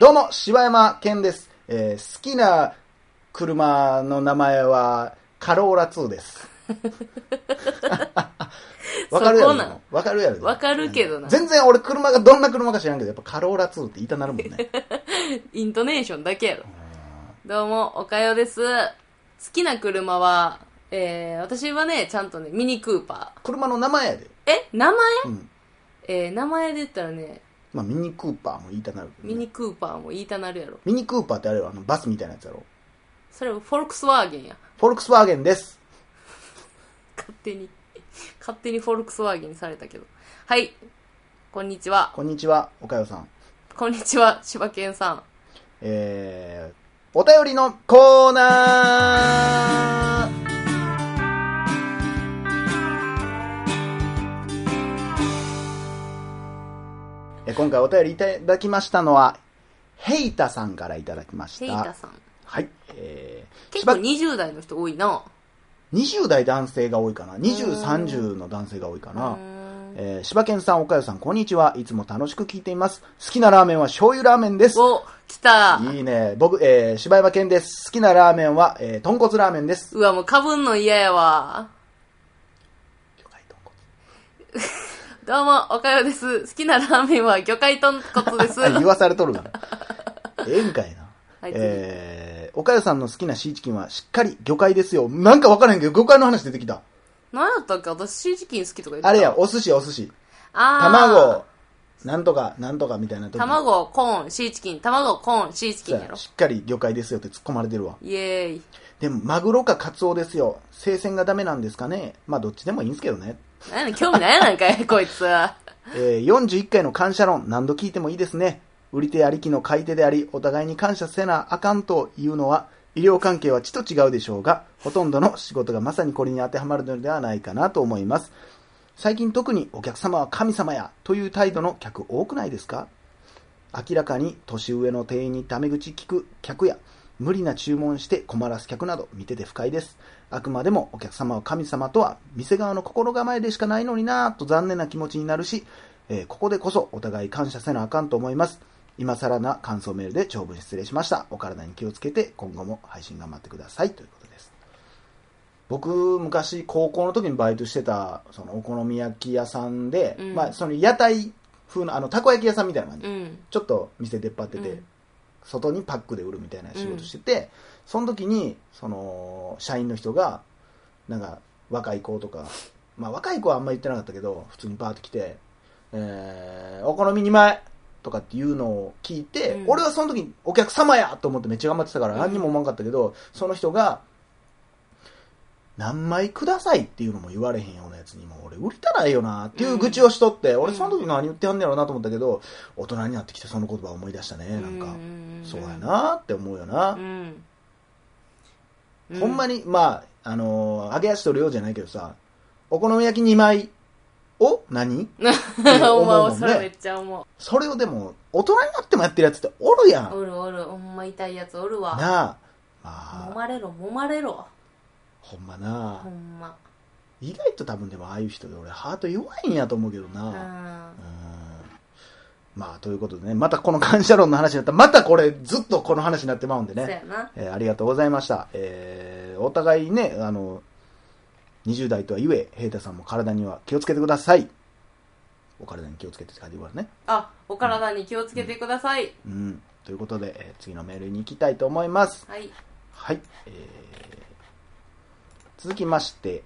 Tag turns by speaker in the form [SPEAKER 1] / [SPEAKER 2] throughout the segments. [SPEAKER 1] どうも、柴山健です。えー好きな車の名前は、カローラ2です。 わかるや
[SPEAKER 2] そこなん
[SPEAKER 1] ろわかるやろ
[SPEAKER 2] わかるけどな
[SPEAKER 1] 全然俺車がどんな車か知らんけど、やっぱカローラ2って言いたなるもん ね。
[SPEAKER 2] イントネーションだけやろ。どうも、おかよです。好きな車は、えー、私はね、ちゃんとね、ミニクーパ
[SPEAKER 1] 車の名前やで。
[SPEAKER 2] ー。え名前
[SPEAKER 1] うん。
[SPEAKER 2] えー、名前で言ったらね、
[SPEAKER 1] まあミニクーパーも言いたなるけどね、
[SPEAKER 2] ミニクーパーも言いたなるやろ。
[SPEAKER 1] ミニクーパーってあれよ、あのバスみたいなやつやろ。
[SPEAKER 2] それはフォルクスワーゲンや。
[SPEAKER 1] フォルクスワーゲンです。
[SPEAKER 2] 勝手に、 勝手にフォルクスワーゲンにされたけど。はい。こんにちは。
[SPEAKER 1] こんにちは、おかよさん。
[SPEAKER 2] こんにちは、柴犬さん。
[SPEAKER 1] えー、お便りのコーナー え今回お便りいただきましたのは、ヘイタさんからいただきまし
[SPEAKER 2] ヘイタ
[SPEAKER 1] た。
[SPEAKER 2] さん。
[SPEAKER 1] はい。えー、
[SPEAKER 2] 結構
[SPEAKER 1] しば
[SPEAKER 2] 20代の人多いな。
[SPEAKER 1] 20代男性が多いかな。20、30の男性が多いか
[SPEAKER 2] う
[SPEAKER 1] な。
[SPEAKER 2] ーん
[SPEAKER 1] えー、柴犬さん、おかよさん、こんにちは。いつも楽しく聞いています。好きなラーメンは醤油ラーメンです。
[SPEAKER 2] お、来た。
[SPEAKER 1] いいね。僕、えー、柴山健です。好きなラーメンは、えー、豚骨ラーメンです。
[SPEAKER 2] うわ、もうかぶんの嫌やわ。
[SPEAKER 1] 魚介豚
[SPEAKER 2] どうも、おかよです。好きなラーメンは魚介豚骨です。
[SPEAKER 1] 骨。あ、言わされとるがな。ええんかいな。
[SPEAKER 2] はい次
[SPEAKER 1] えー、おかよさんの好きなシーチキンはしっかり魚介ですよ。なんかわからへんけど、魚介の話出てきた。
[SPEAKER 2] 何やったっけ私、シーチキン好きとか言ってた
[SPEAKER 1] あれや、、お寿司、お寿司。
[SPEAKER 2] あ
[SPEAKER 1] 卵、なんとか、なんとかみたいな
[SPEAKER 2] ー
[SPEAKER 1] 時
[SPEAKER 2] 卵、コーン、シーチキン。卵、コーン、シーチキ
[SPEAKER 1] そう
[SPEAKER 2] ンやろ
[SPEAKER 1] や。しっかり魚介ですよって突っ込まれてるわ。
[SPEAKER 2] イエーイ。
[SPEAKER 1] でも、マグロかカツオですよ。生鮮がダメなんですかね。まあ、どっちでもいいんですけどね。
[SPEAKER 2] 何やねん、興味ないやないかい、こ いつ。
[SPEAKER 1] えー41回の感謝論、何度聞いてもいいですね。売り手ありきの買い手であり、お互いに感謝せなあかんというのは、医療関係はちと違うでしょうが、ほとんどの仕事がまさにこれに当てはまるのではないかなと思います。最近特にお客様は神様やという態度の客多くないですか明らかに年上の店員にタメ口聞く客や無理な注文して困らす客など見てて不快ですあくまでもお客様を神様とは店側の心構えでしかないのになぁと残念な気持ちになるし、えーここでこそお互い感謝せなあかんと思います今更な感想メールで長文失礼しましたお体に気をつけて今後も配信頑張ってくださいということです僕昔高校の時にバイトしてたそのお好み焼き屋さんで、
[SPEAKER 2] うん
[SPEAKER 1] まあその屋台風のあのたこ焼き屋さんみたいな感じ
[SPEAKER 2] うん。
[SPEAKER 1] ちょっと店出っ張ってて、
[SPEAKER 2] うん
[SPEAKER 1] 外にパックで売るみたいな仕事してて、その時にその社員の人がなんか若い子とか、まあ、若い子はあんまり言ってなかったけど普通にバーッと来て、えーお好み2枚」とかっていうのを聞いて、
[SPEAKER 2] うん
[SPEAKER 1] 俺はその時にお客様やと思ってめっちゃ頑張ってたから
[SPEAKER 2] うん
[SPEAKER 1] 何にも思わんかったけど、その人が「何枚ください」っていうのも言われへんようなやつにも俺売りたないよなっていう愚痴をしとって、俺その時何言ってはんねやろうなと思ったけど大人になってきてその言葉を思い出したねなんか、そうや。なって思うよな
[SPEAKER 2] う、ん。
[SPEAKER 1] ほんま
[SPEAKER 2] に。
[SPEAKER 1] にまああのー揚げ足取るようじゃないけどさお好み焼き2枚を何って思
[SPEAKER 2] お
[SPEAKER 1] うもん
[SPEAKER 2] 前、それめっ
[SPEAKER 1] ね
[SPEAKER 2] ちゃ思
[SPEAKER 1] それをでも大人になってもやってるやつっておるやん
[SPEAKER 2] う。おるおる、ほんま痛いやつおるわ。
[SPEAKER 1] なあ
[SPEAKER 2] 揉
[SPEAKER 1] まあ
[SPEAKER 2] まれろ、揉まれろ。
[SPEAKER 1] ほんまな
[SPEAKER 2] ほんま。
[SPEAKER 1] 意外と多分でもああいう人で俺ハート弱いんやと思うけど
[SPEAKER 2] う
[SPEAKER 1] な、
[SPEAKER 2] ん。
[SPEAKER 1] うん、まあということでねまたこの感謝論の話になったらまたこれずっとこの話になってまうんで
[SPEAKER 2] そう
[SPEAKER 1] ね、
[SPEAKER 2] やな。
[SPEAKER 1] えーありがとうございました、えーお互いねあの20代とはゆえ平太さんも体には気をつけてくださいお体に気をつけてって書いてくださいね
[SPEAKER 2] あ、お体に気をつけてください。
[SPEAKER 1] うんということで、えー次のメールに行きたいと思います
[SPEAKER 2] はい。
[SPEAKER 1] はい、えー続きまして、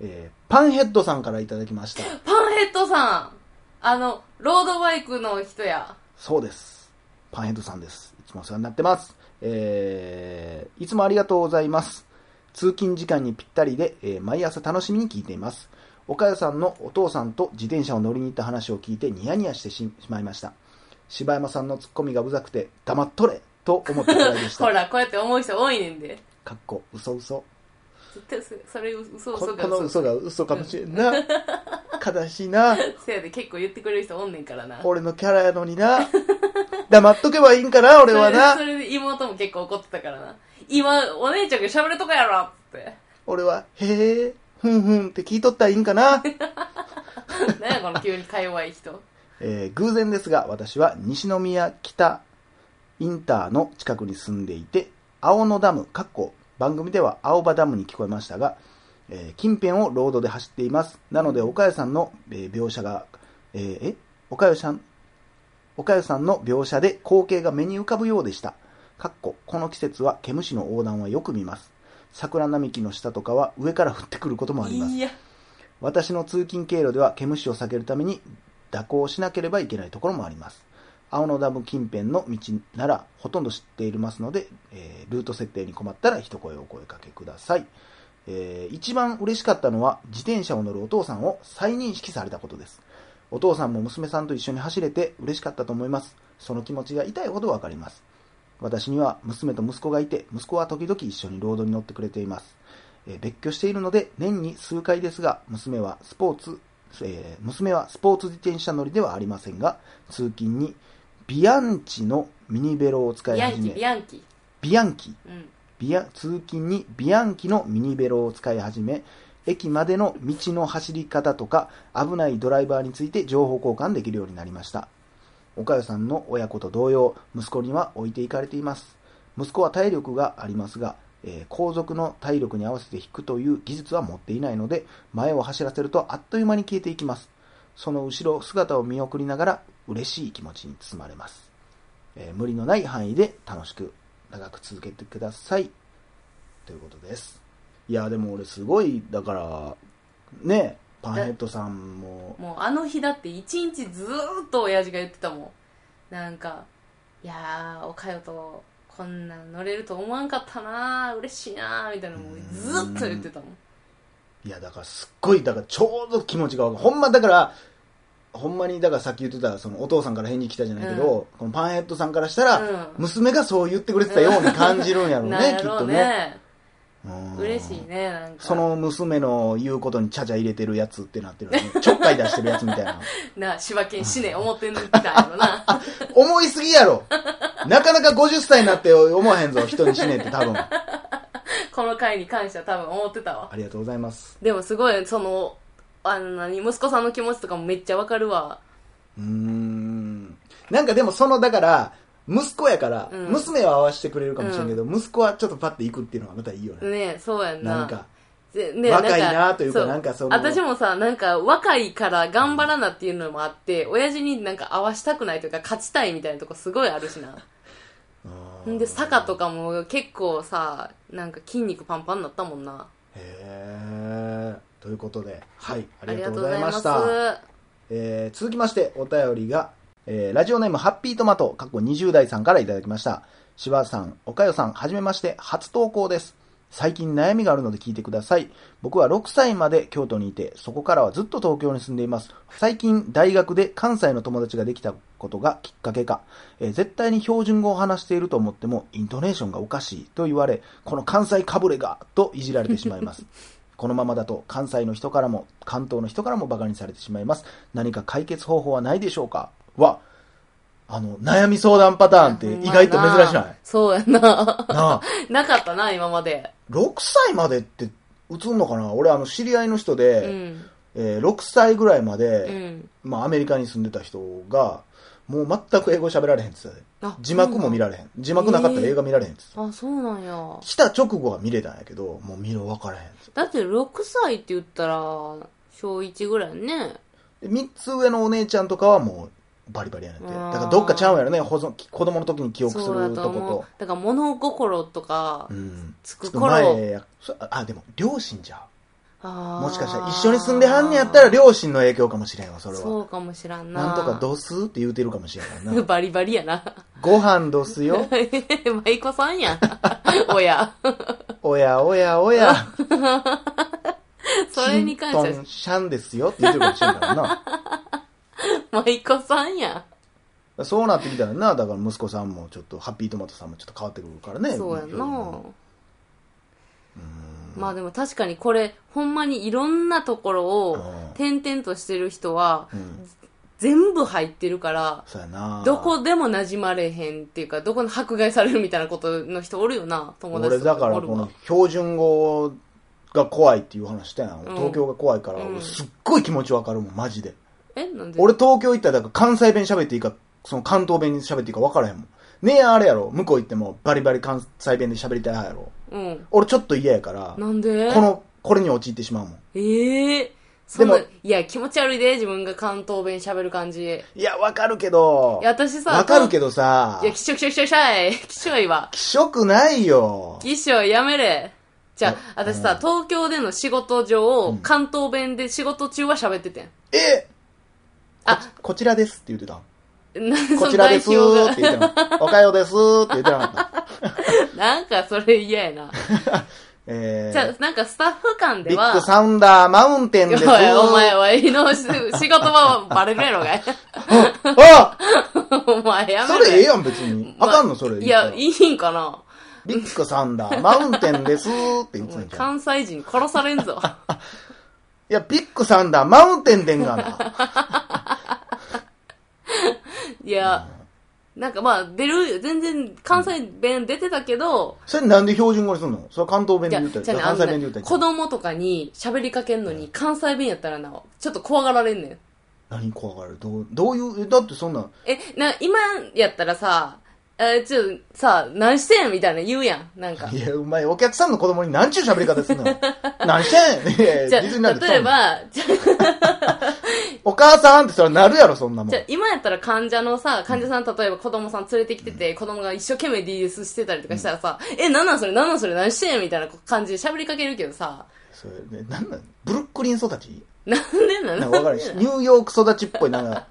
[SPEAKER 1] えーパンヘッドさんからいただきました。
[SPEAKER 2] パンヘッドさんあの、ロードバイクの人や。
[SPEAKER 1] そうです。パンヘッドさんです。いつもお世話になってます。えーいつもありがとうございます。通勤時間にぴったりで、えー毎朝楽しみに聞いています。岡谷さんのお父さんと自転車を乗りに行った話を聞いてニヤニヤしてししまいました。柴山さんのツッコミがうざくて、黙っとれと思ったくらいでした。
[SPEAKER 2] ほら、こうやって思う人多いねんで。
[SPEAKER 1] かっこ、嘘嘘。
[SPEAKER 2] 絶対そそれ嘘
[SPEAKER 1] こ
[SPEAKER 2] 嘘
[SPEAKER 1] こ
[SPEAKER 2] か
[SPEAKER 1] の
[SPEAKER 2] 嘘
[SPEAKER 1] 嘘が嘘かもしれんな。 悲しいな。
[SPEAKER 2] せやで結構言ってくれる人おんねんからな。
[SPEAKER 1] 俺のキャラやのにな。黙っとけばいいんかな、俺はな
[SPEAKER 2] そ。れでそれで妹も結構怒ってたからな。今、お姉ちゃんが喋るとこやろっつって。
[SPEAKER 1] 俺は、へえ、ふんふんって聞いとったらいいんかな。
[SPEAKER 2] なんやなこの急にか弱い人。
[SPEAKER 1] えー偶然ですが、私は西宮北インターの近くに住んでいて、青野ダム、かっこ番組では青葉ダムに聞こえましたが、えー近辺をロードで走っています。なので、岡谷さんの、えー描写が、えーえ岡谷さん、岡谷さんの描写で光景が目に浮かぶようでした。かっこ、この季節は毛虫の横断はよく見ます。桜並木の下とかは上から降ってくることもあります
[SPEAKER 2] い。や、
[SPEAKER 1] 私の通勤経路では毛虫を避けるために蛇行しなければいけないところもあります青野ダム近辺の道ならほとんど知っていますので、えールート設定に困ったら一声お声かけください、えー一番嬉しかったのは自転車を乗るお父さんを再認識されたことですお父さんも娘さんと一緒に走れて嬉しかったと思いますその気持ちが痛いほどわかります私には娘と息子がいて息子は時々一緒にロードに乗ってくれていますえー別居しているので年に数回ですが娘はスポーツ、えー娘はスポーツ自転車乗りではありませんが通勤にビアンチのミニベロを使い
[SPEAKER 2] ビアン
[SPEAKER 1] 始
[SPEAKER 2] キ、ビ
[SPEAKER 1] め
[SPEAKER 2] アンキ。
[SPEAKER 1] ビアンキ
[SPEAKER 2] うん。
[SPEAKER 1] ビア通勤にビアンキのミニベロを使い始め駅までの道の走り方とか危ないドライバーについて情報交換できるようになりました岡代さんの親子と同様息子には置いていかれています息子は体力がありますが、えー後続の体力に合わせて引くという技術は持っていないので前を走らせるとあっという間に消えていきますその後ろ姿を見送りながら嬉しい気持ちに包まれます、えー無理のない範囲で楽しく長く続けてくださいということですいやでも俺すごいだからねパンヘッドさんも
[SPEAKER 2] もうあの日だって一日ずーっと親父が言ってたもん。なんか、いやー、おかよとこんなん乗れると思わんかったなー、嬉しいなー、みたいなのもうずーっと言ってたもん。
[SPEAKER 1] いやだからすっごいだからちょうど気持ちがわかるほんまだからほんまにだからさっき言ってたそのお父さんから返事来たじゃないけど、このパンヘッドさんからしたら、
[SPEAKER 2] うん
[SPEAKER 1] 娘がそう言ってくれてたように感じるんやろうね
[SPEAKER 2] なん
[SPEAKER 1] きっ
[SPEAKER 2] やろ
[SPEAKER 1] と
[SPEAKER 2] う
[SPEAKER 1] ね
[SPEAKER 2] ね。
[SPEAKER 1] うん
[SPEAKER 2] 嬉しいね、なんか。
[SPEAKER 1] その娘の言うことにちゃちゃ入れてるやつってなってるよねちょっかい出してるやつみたいな
[SPEAKER 2] なあ、柴犬死ね、思ってんのたんやろな。
[SPEAKER 1] 思いすぎやろなかなか50歳になって思わへんぞ人に死ねって多分あ
[SPEAKER 2] この回に関しては多分思ってたわ。
[SPEAKER 1] りがとうございます
[SPEAKER 2] でもすごい、その、あの何、息子さんの気持ちとかもめっちゃわかるわ。
[SPEAKER 1] うーんなんかでもそのだから息子やから、
[SPEAKER 2] うん
[SPEAKER 1] 娘は合わせてくれるかもしれんけど、息子はちょっとパッて行くっていうのはまたいいよね、
[SPEAKER 2] ねそうやんな。
[SPEAKER 1] なんか
[SPEAKER 2] ぜね
[SPEAKER 1] 若い
[SPEAKER 2] ん
[SPEAKER 1] なというかなんかその
[SPEAKER 2] 私もさ、なんか若いから頑張らなっていうのもあって、親父になんか合わしたくないというか勝ちたいみたいなとこすごいあるし な。
[SPEAKER 1] うん
[SPEAKER 2] んで、坂とかも結構さ、なんか筋肉パンパンになったもんな。
[SPEAKER 1] へえということではいあ
[SPEAKER 2] あ
[SPEAKER 1] りがとうございました
[SPEAKER 2] りがとうございます
[SPEAKER 1] えー続きましてお便りが、えーラジオネームハッピートマト、過去20代さんからいただきました。柴田さん、岡代さん、はじめまして、初投稿です。最近悩みがあるので聞いてください。僕は6歳まで京都にいて、そこからはずっと東京に住んでいます。最近大学で関西の友達ができたことがきっかけか、えー絶対に標準語を話していると思っても、イントネーションがおかしいと言われ、この関西かぶれが、といじられてしまい ます。このままだと関西の人からも関東の人からも馬鹿にされてしまいます。何か解決方法はないでしょうかは、あの、悩み相談パターンって意外と珍しない。な
[SPEAKER 2] そうやな。
[SPEAKER 1] あ、
[SPEAKER 2] なかったな、今まで。
[SPEAKER 1] 6歳までって映んのかな俺、あの、知り合いの人
[SPEAKER 2] う
[SPEAKER 1] で、
[SPEAKER 2] ん。
[SPEAKER 1] えー6歳ぐらいま
[SPEAKER 2] う
[SPEAKER 1] で、
[SPEAKER 2] ん。
[SPEAKER 1] まあ、アメリカに住んでた人が、もう全く英語喋られへんって言ってたで
[SPEAKER 2] あ
[SPEAKER 1] 字幕も見られへん。字幕なかったら映画見られへんって言ってた
[SPEAKER 2] あ、そうなんや。
[SPEAKER 1] 来た直後は見れたんやけど、もう見るの分からへんって言ってた
[SPEAKER 2] だって6歳って言ったら、小1ぐらいね。
[SPEAKER 1] で3つ上のお姉ちゃんとかはもうバリバリやねんてだ
[SPEAKER 2] あー
[SPEAKER 1] からどっかちゃうんやろね保存子供の時に記憶す
[SPEAKER 2] そう
[SPEAKER 1] る
[SPEAKER 2] だ
[SPEAKER 1] とこ
[SPEAKER 2] 思う
[SPEAKER 1] と。
[SPEAKER 2] だから物心とか
[SPEAKER 1] う、ん
[SPEAKER 2] つ
[SPEAKER 1] ちょっ
[SPEAKER 2] く
[SPEAKER 1] と
[SPEAKER 2] 頃。
[SPEAKER 1] 前やそあでも両親じゃう
[SPEAKER 2] も
[SPEAKER 1] もしかしたら一緒に住んではんねやったら両親の影響かもしれんわそれ
[SPEAKER 2] そ
[SPEAKER 1] は
[SPEAKER 2] うかもしらんな。
[SPEAKER 1] なんとかどすって言うてるかもしれんから な
[SPEAKER 2] バリバリやな。
[SPEAKER 1] ご飯どすよ
[SPEAKER 2] 舞妓さんやん。親。
[SPEAKER 1] おやおやおや
[SPEAKER 2] それに関し
[SPEAKER 1] チン
[SPEAKER 2] て
[SPEAKER 1] ト
[SPEAKER 2] は
[SPEAKER 1] ン、シャンですよって言ってるかもしれんからな
[SPEAKER 2] 舞妓さんや
[SPEAKER 1] そうなってきたらなだから息子さんもちょっとハッピートマトさんもちょっと変わってくるからね
[SPEAKER 2] ん。そうやんな。
[SPEAKER 1] うん
[SPEAKER 2] まあでも確かにこれ、ほんまにいろんなところを、点々としてる人は、
[SPEAKER 1] うん
[SPEAKER 2] 全部入ってるから、
[SPEAKER 1] そうやな
[SPEAKER 2] どこでも馴染まれへんっていうか、どこの迫害されるみたいなことの人おるよな、友達
[SPEAKER 1] 俺
[SPEAKER 2] と
[SPEAKER 1] だか
[SPEAKER 2] お
[SPEAKER 1] ら
[SPEAKER 2] る
[SPEAKER 1] こ
[SPEAKER 2] わ
[SPEAKER 1] の標準語が怖いっていう話したやん、
[SPEAKER 2] うん
[SPEAKER 1] 東京が怖いから、
[SPEAKER 2] うん
[SPEAKER 1] 俺すっごい気持ちわかるもんマジで
[SPEAKER 2] ええなんで
[SPEAKER 1] 俺東京行ったらだから関西弁喋っていいか、その関東弁に喋っていいか分からへんもん。ねえあれやろ、向こう行ってもバリバリ関西弁で喋りたい派やろ。
[SPEAKER 2] うん。
[SPEAKER 1] 俺ちょっと嫌やから、
[SPEAKER 2] なんで
[SPEAKER 1] この、これに陥ってしまうもん。
[SPEAKER 2] ええそんな
[SPEAKER 1] でも、
[SPEAKER 2] いや、気持ち悪いで、自分が関東弁喋る感じ。い
[SPEAKER 1] いや、わかるけど、
[SPEAKER 2] や、私さ、
[SPEAKER 1] わかるけ
[SPEAKER 2] ど。
[SPEAKER 1] どさ
[SPEAKER 2] い、や、きしょきしょきしょきしゃい。きしょいわ。
[SPEAKER 1] きしょくないよ。
[SPEAKER 2] きしょい、やめれ。じゃあ、私さ、東京での仕事上、関東弁で仕事中は喋っててん。
[SPEAKER 1] え
[SPEAKER 2] あ、
[SPEAKER 1] こちらですって言ってた。
[SPEAKER 2] なん
[SPEAKER 1] こ
[SPEAKER 2] そ
[SPEAKER 1] ち
[SPEAKER 2] の
[SPEAKER 1] ら
[SPEAKER 2] 代
[SPEAKER 1] です
[SPEAKER 2] 表
[SPEAKER 1] ーっ
[SPEAKER 2] が
[SPEAKER 1] て。言ってたの。おかよですーって言ってなかった。
[SPEAKER 2] なんかそれ嫌やな。
[SPEAKER 1] え
[SPEAKER 2] じゃ
[SPEAKER 1] ー、
[SPEAKER 2] あ、なんかスタッフ間
[SPEAKER 1] ビ
[SPEAKER 2] で
[SPEAKER 1] ッグ
[SPEAKER 2] は、
[SPEAKER 1] サウンダーマウンテン
[SPEAKER 2] お
[SPEAKER 1] です
[SPEAKER 2] い、
[SPEAKER 1] ー。
[SPEAKER 2] お前は、いの仕仕事場はバレるやろがい。
[SPEAKER 1] あ
[SPEAKER 2] お前やめ
[SPEAKER 1] そ
[SPEAKER 2] ろ
[SPEAKER 1] れええやん、別に。あかんの、それ。
[SPEAKER 2] いや、いいんかな。
[SPEAKER 1] ビッグサウンダーマウンテンですーって言ってたんじゃん。
[SPEAKER 2] 関西人殺されんぞ。
[SPEAKER 1] いや、ビッグサウンダーマウンテンでんがな。
[SPEAKER 2] いや、なんかまあ、出る、全然関西弁出てたけど、
[SPEAKER 1] それなんで標準語にすんのそれ関東弁
[SPEAKER 2] じ
[SPEAKER 1] で
[SPEAKER 2] ゃ
[SPEAKER 1] 言ったり、
[SPEAKER 2] じゃあね
[SPEAKER 1] 関西弁で言
[SPEAKER 2] あ
[SPEAKER 1] っ
[SPEAKER 2] の
[SPEAKER 1] た
[SPEAKER 2] ね
[SPEAKER 1] り。
[SPEAKER 2] 子供とかに喋りかけんのに、関西弁やったらな、ちょっと怖がられんねん。
[SPEAKER 1] 何怖がるどう、どういう、えだってそんな、
[SPEAKER 2] え、な、今やったらさ、えーちょっとさ、何してんみたいな言うやん。なんか。
[SPEAKER 1] いや、お前、お客さんの子供に何ちゅう喋り方すんの何してんいやい
[SPEAKER 2] じ
[SPEAKER 1] や
[SPEAKER 2] ゃあ
[SPEAKER 1] ディズニーランド
[SPEAKER 2] 例えば、じゃあ
[SPEAKER 1] そんなお母さんってそれなるやろ、そんなもん
[SPEAKER 2] じゃあ。今やったら患者のさ、患者さん、例えば子供さん連れてきてて、子供が一生懸命 DS してたりとかしたらさ、え、なんなんそれ、なんなんそれ、何してんみたいな感じで喋りかけるけどさ、
[SPEAKER 1] それね、なんなんブルックリン育ち
[SPEAKER 2] なんでな
[SPEAKER 1] なんんかわかる。ニューヨーク育ちっぽい、 なんか、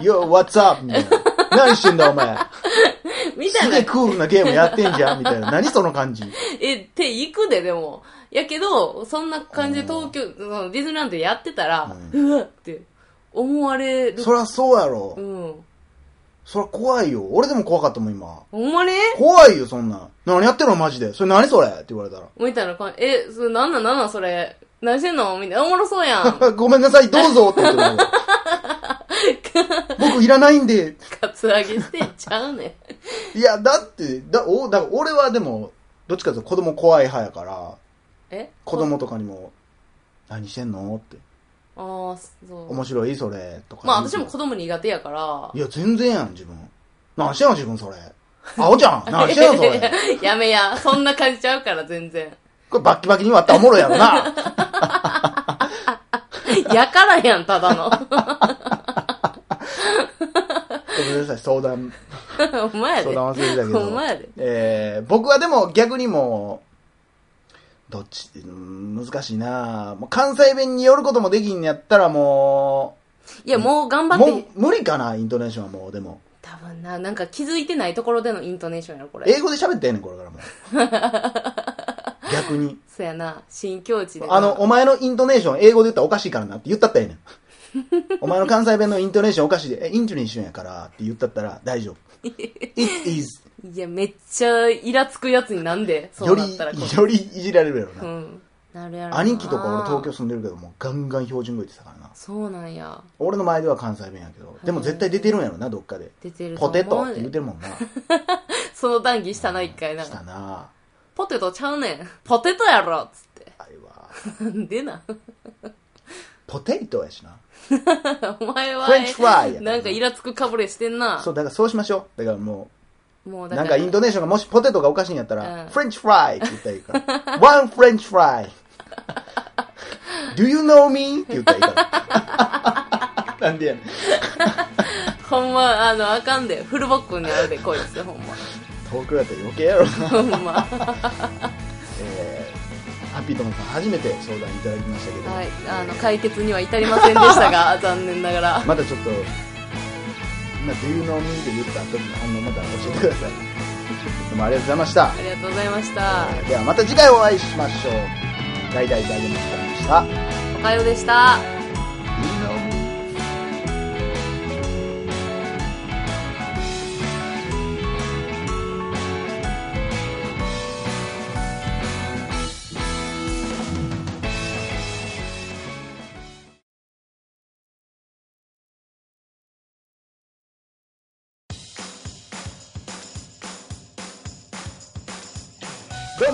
[SPEAKER 1] Yo, what's up? みたいな。何してんだ、お前。
[SPEAKER 2] みた
[SPEAKER 1] す
[SPEAKER 2] い
[SPEAKER 1] げえ
[SPEAKER 2] な、
[SPEAKER 1] クールなゲームやってんじゃん、みたいな。何その感じ。
[SPEAKER 2] え、って行くで、でも。やけど、そんな感じで東京、そのディズニーランドでやってたら、うわって思われる。
[SPEAKER 1] そりゃそうやろ
[SPEAKER 2] う。ん。
[SPEAKER 1] そりゃ怖いよ。俺でも怖かったもん、今。
[SPEAKER 2] ほんまに
[SPEAKER 1] 怖いよ、そんなん。何やってんの、マジで。それ何それって言われたら。
[SPEAKER 2] みたいな感じ、え、それなんなんなんなんそれ、何してんのみたいな、おもろそう やん。
[SPEAKER 1] ごめんなさい、どうぞって言って る。僕いらないんで。
[SPEAKER 2] カツアゲしてんちゃうねん。
[SPEAKER 1] いや、だって、だ、お、だから俺はでも、どっちかというと子供怖い派やから、
[SPEAKER 2] え
[SPEAKER 1] 子供とかにも、何してんのって。
[SPEAKER 2] ああ、そう。
[SPEAKER 1] 面白いそれとか。
[SPEAKER 2] まあ私も子供苦手やから
[SPEAKER 1] い。や、全然やん、自分。何してんの、自分それ。青ちゃ ん、何してんの、それ。
[SPEAKER 2] やめや。そんな感じちゃうから全然。
[SPEAKER 1] これバッキバキに割ったらおもろいやろな。
[SPEAKER 2] やからやん、た だの。
[SPEAKER 1] ごめんなさい、相談、
[SPEAKER 2] お
[SPEAKER 1] 相
[SPEAKER 2] 前やで。
[SPEAKER 1] 談忘れてたけど。
[SPEAKER 2] ほんまやで
[SPEAKER 1] えー、僕はでも逆にもう、どっち、うーん難しいなもう関西弁によることもできんやったらも
[SPEAKER 2] いや、もう頑
[SPEAKER 1] う、
[SPEAKER 2] 張
[SPEAKER 1] も
[SPEAKER 2] っ
[SPEAKER 1] う
[SPEAKER 2] て。
[SPEAKER 1] 無理かな、イントネーションはもう、でも。
[SPEAKER 2] 多分な、なんか気づいてないところでのイントネーションやろ、これ。
[SPEAKER 1] 英語で喋ってんねん、これからもう。 逆に。
[SPEAKER 2] そやな、新境地でな。
[SPEAKER 1] あの、お前のイントネーション、英語で言ったらおかしいからなって言ったった らええねん。お前の関西弁のイントネーションおかしいで、え、イントネーションやからって言ったったら大丈夫。It is
[SPEAKER 2] いや、めっちゃイラつくやつになんで、そ
[SPEAKER 1] よ
[SPEAKER 2] う
[SPEAKER 1] り
[SPEAKER 2] なったらこ、
[SPEAKER 1] よりいじられるやろ
[SPEAKER 2] う。う
[SPEAKER 1] な。
[SPEAKER 2] ん。なるやろな。
[SPEAKER 1] 兄貴とか俺東京。住んでるけども、ガンガン標準語言ってたからな。
[SPEAKER 2] そうなんや。
[SPEAKER 1] 俺の前では関西弁やけど、でも絶対出てるんやろな、どっかで。
[SPEAKER 2] 出てる
[SPEAKER 1] ポ
[SPEAKER 2] と思うで
[SPEAKER 1] テトって言うてるもんな。
[SPEAKER 2] その談義したな、一回な
[SPEAKER 1] し。たな
[SPEAKER 2] ポテトちゃうねん。ポテトやろつって。
[SPEAKER 1] あれは。
[SPEAKER 2] なんでな。
[SPEAKER 1] ポテイトやしな。
[SPEAKER 2] お前は、
[SPEAKER 1] French fry や
[SPEAKER 2] なんかイラつくかぶれしてんな
[SPEAKER 1] そ。う、だからそうしましょう。だからも
[SPEAKER 2] もう
[SPEAKER 1] う、
[SPEAKER 2] だ
[SPEAKER 1] な
[SPEAKER 2] か
[SPEAKER 1] ん
[SPEAKER 2] ら。
[SPEAKER 1] かインドネーションがもしポテトがおかしいんやった
[SPEAKER 2] う
[SPEAKER 1] ら、
[SPEAKER 2] ん
[SPEAKER 1] フレンチフライって言ったらいいから。ワンフレンチフライ。Do you know me? って言ったらいい から。なんでやねん。
[SPEAKER 2] ほんま、あの、あかんで。フルボッコになるで、こいつ、ほんま。
[SPEAKER 1] 東京やったら余計やろな。
[SPEAKER 2] ほんま。は
[SPEAKER 1] えー、ハッピートモさん初めて相談いただきましたけど、
[SPEAKER 2] い。あの、解決には至りませんでした が、残念ながら。
[SPEAKER 1] まだちょっと、今、Do you know me? で言った時の反応また教えてください。どうもありがとうございました。
[SPEAKER 2] ありがとうございました。
[SPEAKER 1] ではまた次回お会いしましょう。大大大でもございました。
[SPEAKER 2] おかようでした。
[SPEAKER 1] どう